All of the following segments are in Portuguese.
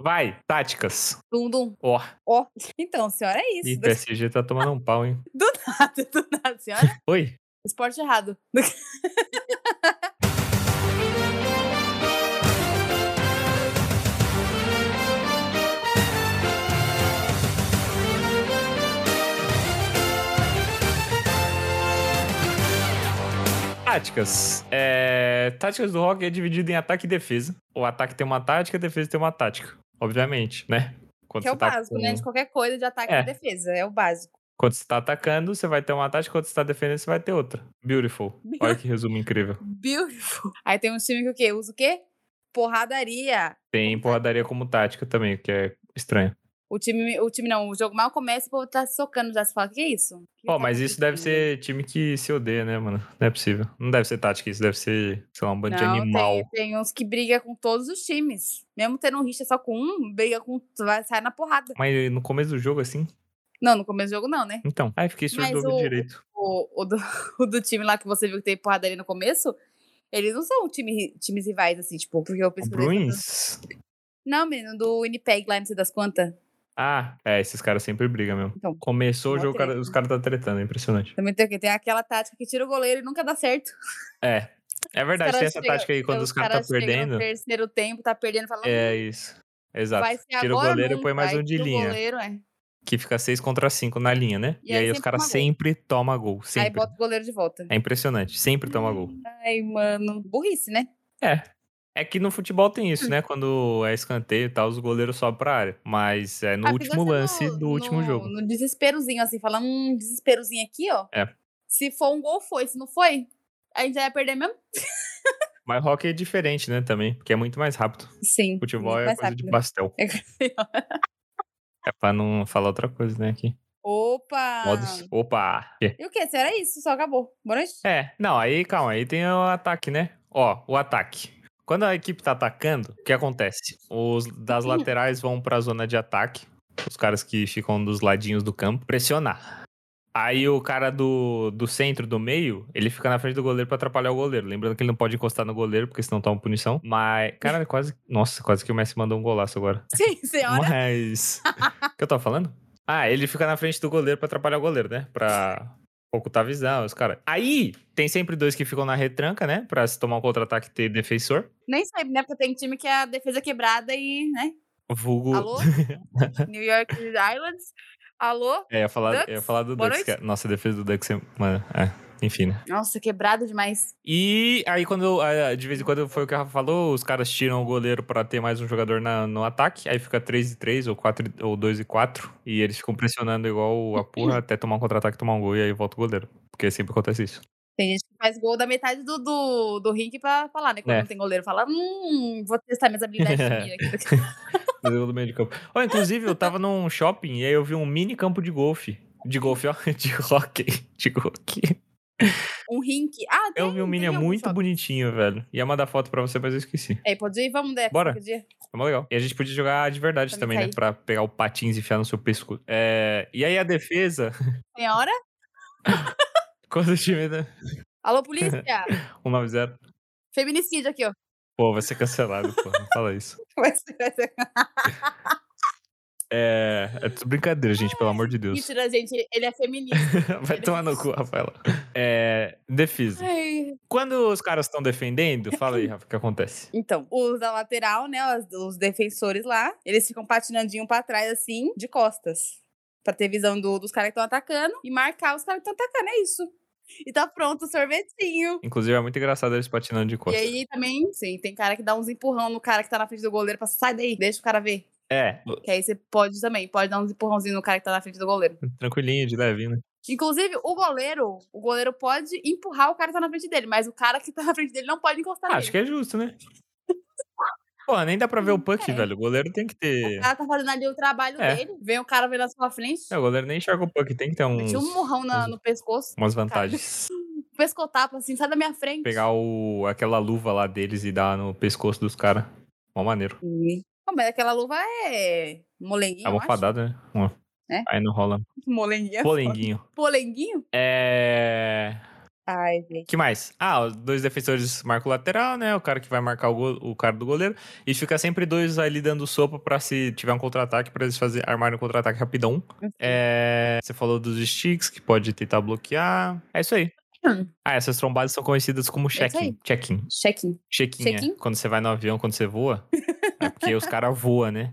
Vai, táticas. Dum, dum. Ó, Ó. Então, senhora, é e isso. o PSG tá tomando um pau, hein? Do nada, do nada, senhora. Oi? Esporte errado. Táticas. É, Táticas do rock é dividido em ataque e defesa. O ataque tem uma tática, a defesa tem uma tática. Obviamente, né? Quando Que é o você tá básico, com- né? De qualquer coisa de ataque É. e defesa. É o básico. Quando você tá atacando, você vai ter uma tática, quando você tá defendendo, você vai ter outra. Beautiful. Olha que resumo incrível. Beautiful. Aí tem um time que o quê? Usa o quê? Porradaria. Tem porradaria como tática também, o que é estranho. O time, o time não, o jogo mal começa e o povo tá se socando já. se fala, que é isso? Que Ó, tá mas isso deve acontecendo?" ser time que se odeia, né, mano? Não é possível. Não deve ser tática, isso deve ser, sei lá, um bando de Não, animal. Tem, tem uns que briga com todos os times. Mesmo tendo um rixa só com um, briga com. Vai sair na porrada. Mas no começo do jogo, assim? Não, no começo do jogo não, né? Então. Aí fiquei surdo Mas do ouvido o- direito. O, o, do, o do time lá que você viu que teve porrada ali no começo, eles não são time, ri- times rivais, assim, tipo, porque eu O pesquisei. Bruins? Não, menino, do Winnipeg lá, não sei das quantas. Ah, é, esses caras sempre brigam mesmo. Então, Começou o mó jogo, o cara- treta. os caras tá tretando, é impressionante. Também tem o quê? Tem aquela tática que tira o goleiro e nunca dá certo. É. É verdade, tem essa tática aí, quando os caras tá é, chegam perdendo. No terceiro tempo, tá perdendo, falando. É isso. Exato. Vai ser Tira o agora ou goleiro e nunca?" põe mais Aí um de tira o linha. goleiro, é. Que fica 6 contra 5 na linha, né? E, E aí aí, os sempre caras toma gol. sempre toma gol. Aí Sempre. bota Hum. o goleiro de volta. É impressionante. Sempre toma gol. Ai, mano. Burrice, né? É que no futebol tem Hum. isso, né? Quando é escanteio e tal, os goleiros sobem pra área. Mas é no Apesar último de ser lance assim, no- do último Ah, no- jogo. No desesperozinho, assim, falando um desesperozinho aqui, ó. É. Se for um gol, foi. Se não foi, a gente já ia perder mesmo? Mas rock é diferente, né? Também. Porque é muito mais rápido. Sim. Futebol muito é mais coisa de rápido. pastel. É coisa- É pra não falar outra coisa, né? Aqui. Opa! Modos. Opa! Quê? E o que? Será isso? Só acabou. Boa noite. É, não, aí calma, aí tem o ataque, né? Ó, o ataque. Quando a equipe tá atacando, o que acontece? Os das laterais vão pra zona de ataque, os caras que ficam dos ladinhos do campo, pressionar. Aí o cara do, do centro, do meio, ele fica na frente do goleiro pra atrapalhar o goleiro. Lembrando que ele não pode encostar no goleiro, porque senão toma punição. Mas, cara, é quase. Nossa, quase que o Messi mandou um golaço agora. Sim, senhora. Mas. O que eu tava falando? Ah, ele fica na frente do goleiro pra atrapalhar o goleiro, né? Pra ocultar a visão, os caras. Aí, tem sempre dois que ficam na retranca, né? Pra se tomar um contra-ataque e ter defensor. Nem sabe, né? Porque tem time que é a defesa quebrada e, né? Vulgo. Alô? New York Islands? Alô? É, eu ia falar, eu ia Ducks? falar do Boa Ducks. noite. cara. Nossa, a defesa do Ducks é. Mano, é. Enfim, né? Nossa, quebrado demais. E aí, quando. ah, De vez em quando foi o que o Rafa falou, os caras tiram o goleiro pra ter mais um jogador na- no ataque. Aí fica 3 e 3 ou 4 e- ou 2 e 4. E eles ficam pressionando igual a porra até tomar um contra-ataque, tomar um gol e aí volta o goleiro. Porque sempre acontece isso. Tem gente que faz gol da metade do, do, do rink pra falar, né? Quando É. não tem goleiro, fala, hum, vou testar minhas habilidades de mira aqui. Fazer gol do meio de campo. Ó, inclusive, eu tava num shopping e aí eu vi um mini campo de golfe. De golfe, ó. De hockey. De hockey. Um rink. Ah, tem, Eu vi um mini, tem é algum muito shopping. bonitinho, velho. Ia mandar foto pra você, mas eu esqueci. É, pode ir, vamos, Dex. Bora. qualquer dia. É mó legal. E a gente podia jogar de verdade Pra me também, né? cair. Pra pegar o patins e enfiar no seu pescoço. É, E aí a defesa... Senhora? Quando o time... da- Alô, polícia? 190. Feminicídio aqui, ó. Pô, vai ser cancelado, pô. Não fala isso. Vai ser- vai ser- É... É tudo brincadeira, gente. Pelo amor de Deus. Mentira, gente. Ele é feminista. Vai tomar no cu, Rafaela. É... Defesa. Ai, Quando os caras estão defendendo... Fala aí, Rafa, o que acontece? Então, os da lateral, né? Os, os defensores lá, eles ficam patinandinho pra trás, assim, de costas. Pra ter visão do- dos caras que estão atacando e marcar os caras que estão atacando, é isso. E tá pronto o sorvetinho. Inclusive, é muito engraçado eles patinando de E costas. aí também, sim, tem cara que dá uns empurrão no cara que tá na frente do goleiro pra sai daí, deixa o cara ver. É, Que aí você pode também, pode dar uns empurrãozinhos no cara que tá na frente do goleiro. Hum. tranquilinho, de leve, né? Inclusive, o goleiro, o goleiro pode empurrar o cara que tá na frente dele, mas o cara que tá na frente dele não pode encostar Ah, nele. acho que é justo, né? Pô, nem dá pra ver o puck, É. velho. O goleiro tem que ter. O cara tá fazendo ali o trabalho É. dele, vem o cara vem na sua frente. É, o goleiro nem enxerga o puck, tem que ter uns, Meti um murrão na- uns- no pescoço, umas vantagens. pescotapa, assim, sai da minha frente. Pegar o, aquela luva lá deles e dar no pescoço dos caras. Mó maneiro. Ih. Não, mas aquela luva é molenguinho, É eu acho. almofadada, né? Ó. É? Aí não rola. Molenguinho. é foda. Polenguinho. Polenguinho? É. Ai, gente. que mais? Ah, os dois defensores marcam o lateral, né? O cara que vai marcar o, go- o cara do goleiro. E fica sempre dois ali dando sopa pra se tiver um contra-ataque, pra eles fazer, armarem um contra-ataque rapidão. Uhum. É, você falou dos sticks, que pode tentar bloquear. É isso aí. Hum. É Ah, essas trombadas são conhecidas como isso check-in. aí. Check-in. Check-in. Check-in, é. Check-in? Quando você vai no avião, quando você voa. é porque os caras voam, né?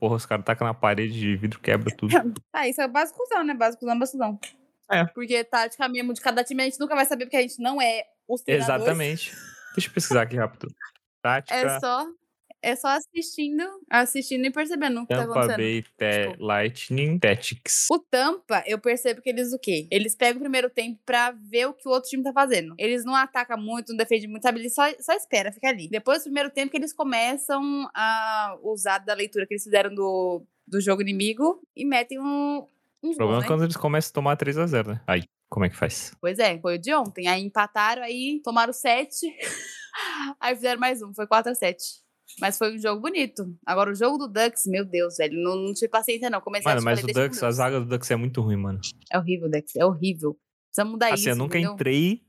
Porra, os caras tacam na parede de vidro, quebra tudo. Ah, isso é basicuzão, né? Basicuzão, basicuzão. É. Porque tática mesmo de cada time a gente nunca vai saber porque a gente não é os treinadores. Exatamente. Deixa eu pesquisar aqui rápido. Tática. É só, é só assistindo, assistindo e percebendo o que tá Tampa acontecendo. Bay Te- Desculpa. Lightning Tactics. O Tampa, eu percebo que eles o quê? Eles pegam o primeiro tempo pra ver o que o outro time tá fazendo. Eles não atacam muito, não defendem muito, sabe? Eles só, só esperam, fica ali. Depois do primeiro tempo que eles começam a usar da leitura que eles fizeram do, do jogo inimigo e metem um, uns O problema gols, é né? quando eles começam a tomar 3x0, né? Aí, como é que faz? Pois é, foi o de ontem. Aí empataram, aí tomaram sete. aí fizeram mais um, foi 4 a 7 Mas foi um jogo bonito. Agora, o jogo do Ducks, meu Deus, velho, não, não tive paciência, não. Comecei a Mano, mas falei, o "Deixa com Ducks, a zaga do Ducks é muito ruim, mano. É horrível, Dex, é horrível. Precisa mudar assim, É isso. eu nunca entendeu? entrei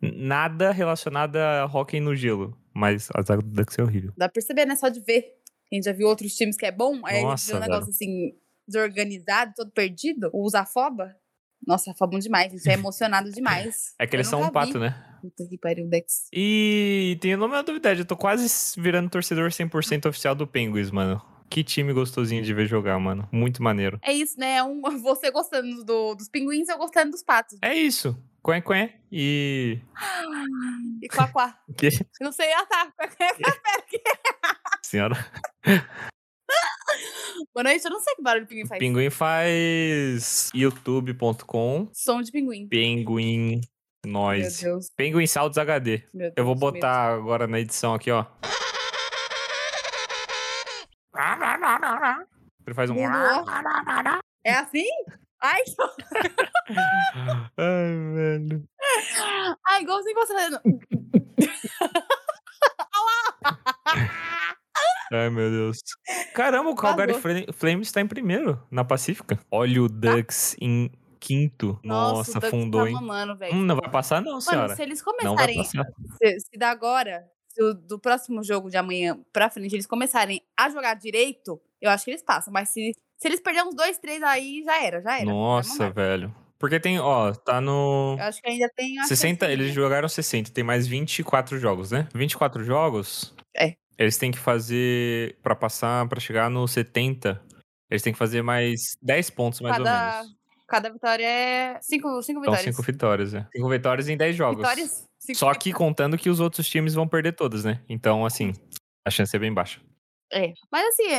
em nada relacionado a hockey no gelo. Mas a zaga do Ducks é horrível. Dá pra perceber, né? Só de ver. A gente já viu outros times que é bom, aí a gente vê Nossa, um negócio assim, desorganizado, todo perdido. O Zafoba. Nossa, é bom demais, a gente é emocionado demais. É que Eu eles são nunca um pato, vi. né? Puta que pariu, Dex. E tenho uma novidade, eu tô quase virando torcedor 100% oficial do Penguins, mano. Que time gostosinho de ver jogar, mano. Muito maneiro. É isso, né? É Um, você gostando do- dos pinguins, eu gostando dos patos. É isso. Quen, quen. E. E quá-quá. Que? Eu Não sei, ah tá. Senhora. Boa noite, eu não sei que barulho o pinguim faz. Pinguim faz youtube.com Som de pinguim. Penguin Meu Noise. Deus, Penguin Sounds HD. meu Deus. Eu vou meu botar agora na edição aqui, ó. Ele faz um. Deus. É assim? Ai, Ai, velho. Ah, igualzinho você fazendo. Ai, meu Deus. Caramba, o Calgary Vazou. Fla- Flames tá em primeiro na Pacífica. Olha o Ducks em quinto. Nossa, Tá? o Doug fundou, tá hein? mamando, velho. Hum, não vai passar, não, Mano, senhora. se eles Não vai começarem, passar. se, se da agora, se o- do próximo jogo de amanhã pra frente, eles começarem a jogar direito, eu acho que eles passam. Mas se, se eles perderem uns dois, três, aí já era, já era. Vai Nossa, mamar. velho. Porque tem, ó, tá no. Eu acho que ainda tem. a 60, chance, eles né? jogaram 60, tem mais 24 jogos, né? 24 jogos. É. Eles têm que fazer pra passar, pra chegar no 70. Eles têm que fazer mais 10 pontos mais Cada- ou menos. Cada vitória é. Cinco, cinco Então vitórias. 5 vitórias, é. 5 vitórias em 10 jogos. Vitórias? Cinco Só que contando que os outros times vão perder todas, né? Então, assim, a chance é bem baixa. É. Mas assim,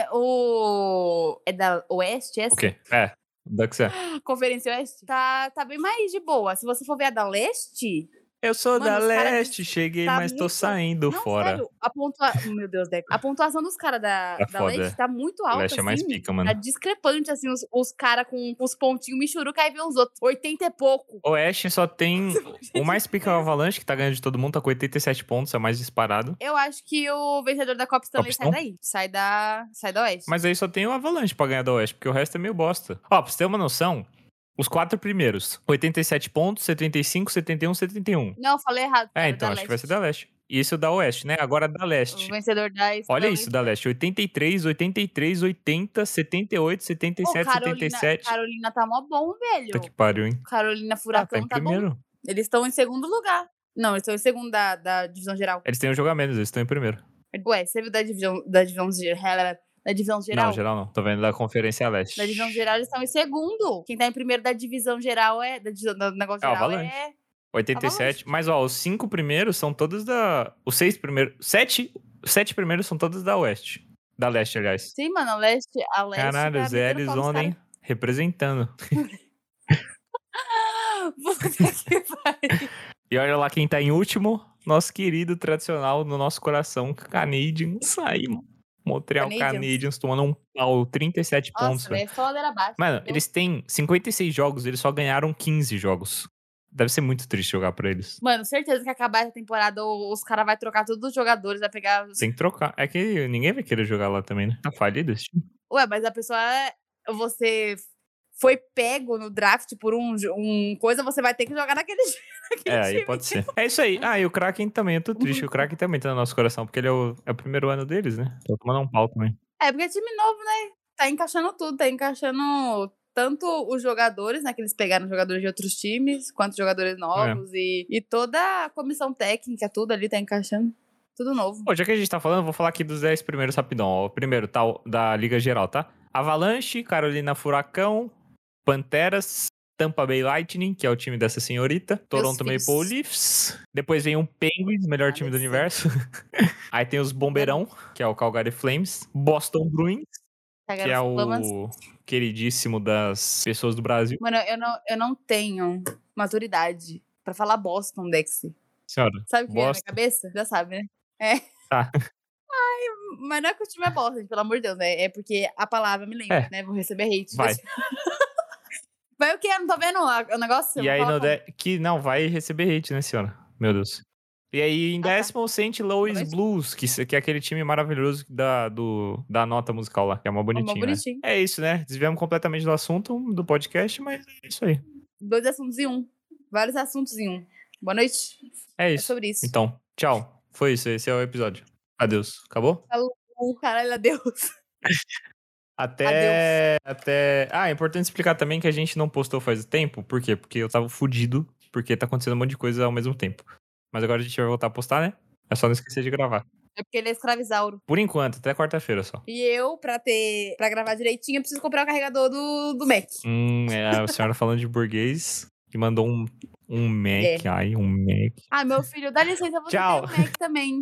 o. É da Oeste, essa? O quê? É. Ducks é. Conferência Oeste? Tá, tá bem mais de boa. Se você for ver a da Leste. Eu sou Mano, da os caras leste, cheguei, tá mas tô muito- saindo não, fora. sério. A, pontua... Meu Deus, Deco. a pontuação dos caras da, Tá da foda, é. Leste tá muito alta. leste é mais assim. pica, mano. Tá discrepante, assim, os, os caras com os pontinhos michuruca aí vê os outros. 80 é pouco. Oeste só tem. O mais pica é o Avalanche, que tá ganhando de todo mundo, tá com 87 pontos, é mais disparado. Eu acho que o vencedor da Copa Stanley sai Stanley? daí. Sai da, sai da Oeste. Mas aí só tem o Avalanche pra ganhar do Oeste, porque o resto é meio bosta. Ó, pra você ter uma noção, os quatro primeiros: 87 pontos, 75, 71, 71. Não, eu falei errado. É, era então da acho que vai Leste. ser da Leste. E isso da Oeste, né? Agora da O Leste. vencedor da Olha Stanley isso da Leste: 83, 83, 80, 78, Pô, 77, Carolina, 77. Carolina tá mó bom, velho. Puta que pariu, hein? Carolina Ah, tá Furacão em tá, bom. primeiro. Eles estão em segundo lugar. Não, eles estão em segundo da, da divisão geral. Eles têm um jogo a menos, eles estão em primeiro. Ué, você viu da divisão, da divisão, ge- da divisão geral? Não, geral não. Tô vendo da Conferência Leste. Da divisão geral, eles estão em segundo. Quem tá em primeiro da divisão geral é. Da divisão do negócio É, o geral Avalanche. é. 87. Mas, ó, os cinco primeiros são todos da. Os seis primeiros. Sete, os sete primeiros são todos da Oeste. Da Leste, aliás. Sim, mano, a leste. A leste Caralho, tá Zé metendo pau nos Arizona, hein? Representando. caras. Puta que pariu. E olha lá quem tá em último. Nosso querido tradicional no nosso coração, Canadiens. Aí, mano. Montreal Canadiens. Canadiens tomando um pau, 37 pontos, Nossa, é velho. velho, só ladeira abaixo. Mano, entendeu? eles têm 56 jogos, eles só ganharam 15 jogos. Deve ser muito triste jogar pra eles. Mano, certeza que acabar essa temporada, o- os caras vão trocar todos os jogadores, vai pegar. os- Tem que trocar. É que ninguém vai querer jogar lá também, né? Tá falido esse time. Ué, mas a pessoa. é- Você foi pego no draft por um, jo- um coisa, você vai ter que jogar naquele. jeito. É, aí pode ser. É isso aí. Ah, e o Kraken também. Eu tô triste. O Kraken também tá no nosso coração, porque ele é o, é o primeiro ano deles, né? Tô tomando um pau também. É, porque é time novo, né? Tá encaixando tudo, tá encaixando tanto os jogadores, né? Que eles pegaram jogadores de outros times, quanto É. jogadores novos e, e toda a comissão técnica, tudo ali tá encaixando. Tudo novo. Pô, já que a gente tá falando, eu vou falar aqui dos 10 primeiros rapidão. Ó, O primeiro tá o- da Liga Geral, tá? Avalanche, Carolina Furacão, Panteras, Tampa Bay Lightning, que é o time dessa senhorita, Toronto filhos. Maple Leafs, depois vem um Penguins, melhor time do Alexander. universo. Aí tem os Bombeirão, que é o Calgary Flames, Boston Bruins, Tá que é garoto, Lamas. o queridíssimo das pessoas do Brasil. Mano, eu não, eu não tenho maturidade pra falar Boston, Dex. Senhora, Sabe o que vem na minha Boston. cabeça? Já sabe, né? É. Tá. Ai, mas não é que o time é bosta, gente, pelo amor de Deus, né? É porque a palavra me lembra, É. né? Vou receber hate. vai. Vai o quê? Eu Não tô vendo a- o negócio? E Vou aí, falar no como? de... que não, vai receber hate, né, senhora? Meu Deus. E aí, em tá. décimo, Saint Louis Louis. Blues, que, se- que é aquele time maravilhoso da, do, da nota musical lá, que é uma Como bonitinha. né? bonitinho. É isso, né? Desviamos completamente do assunto hum, do podcast, mas é isso aí. Dois assuntos em um. Vários assuntos em um. Boa noite. É É isso. sobre isso. Então, tchau. Foi isso, esse é o episódio. Adeus. Acabou? Então O caralho, adeus. Até. Até. Ah, é importante explicar também que a gente não postou faz tempo. Por quê? Porque eu tava fudido, porque tá acontecendo um monte de coisa ao mesmo tempo. Mas agora a gente vai voltar a postar, né? É só não esquecer de gravar. É porque ele é escravizauro. Por enquanto, até quarta-feira só. E eu, pra ter. pra gravar direitinho, eu preciso comprar o carregador do, do Mac. Hum, é a senhora falando de burguês e mandou um, um Mac. Ai, um Mac. Ah, meu filho, dá licença, você Tchau. tem o Mac também.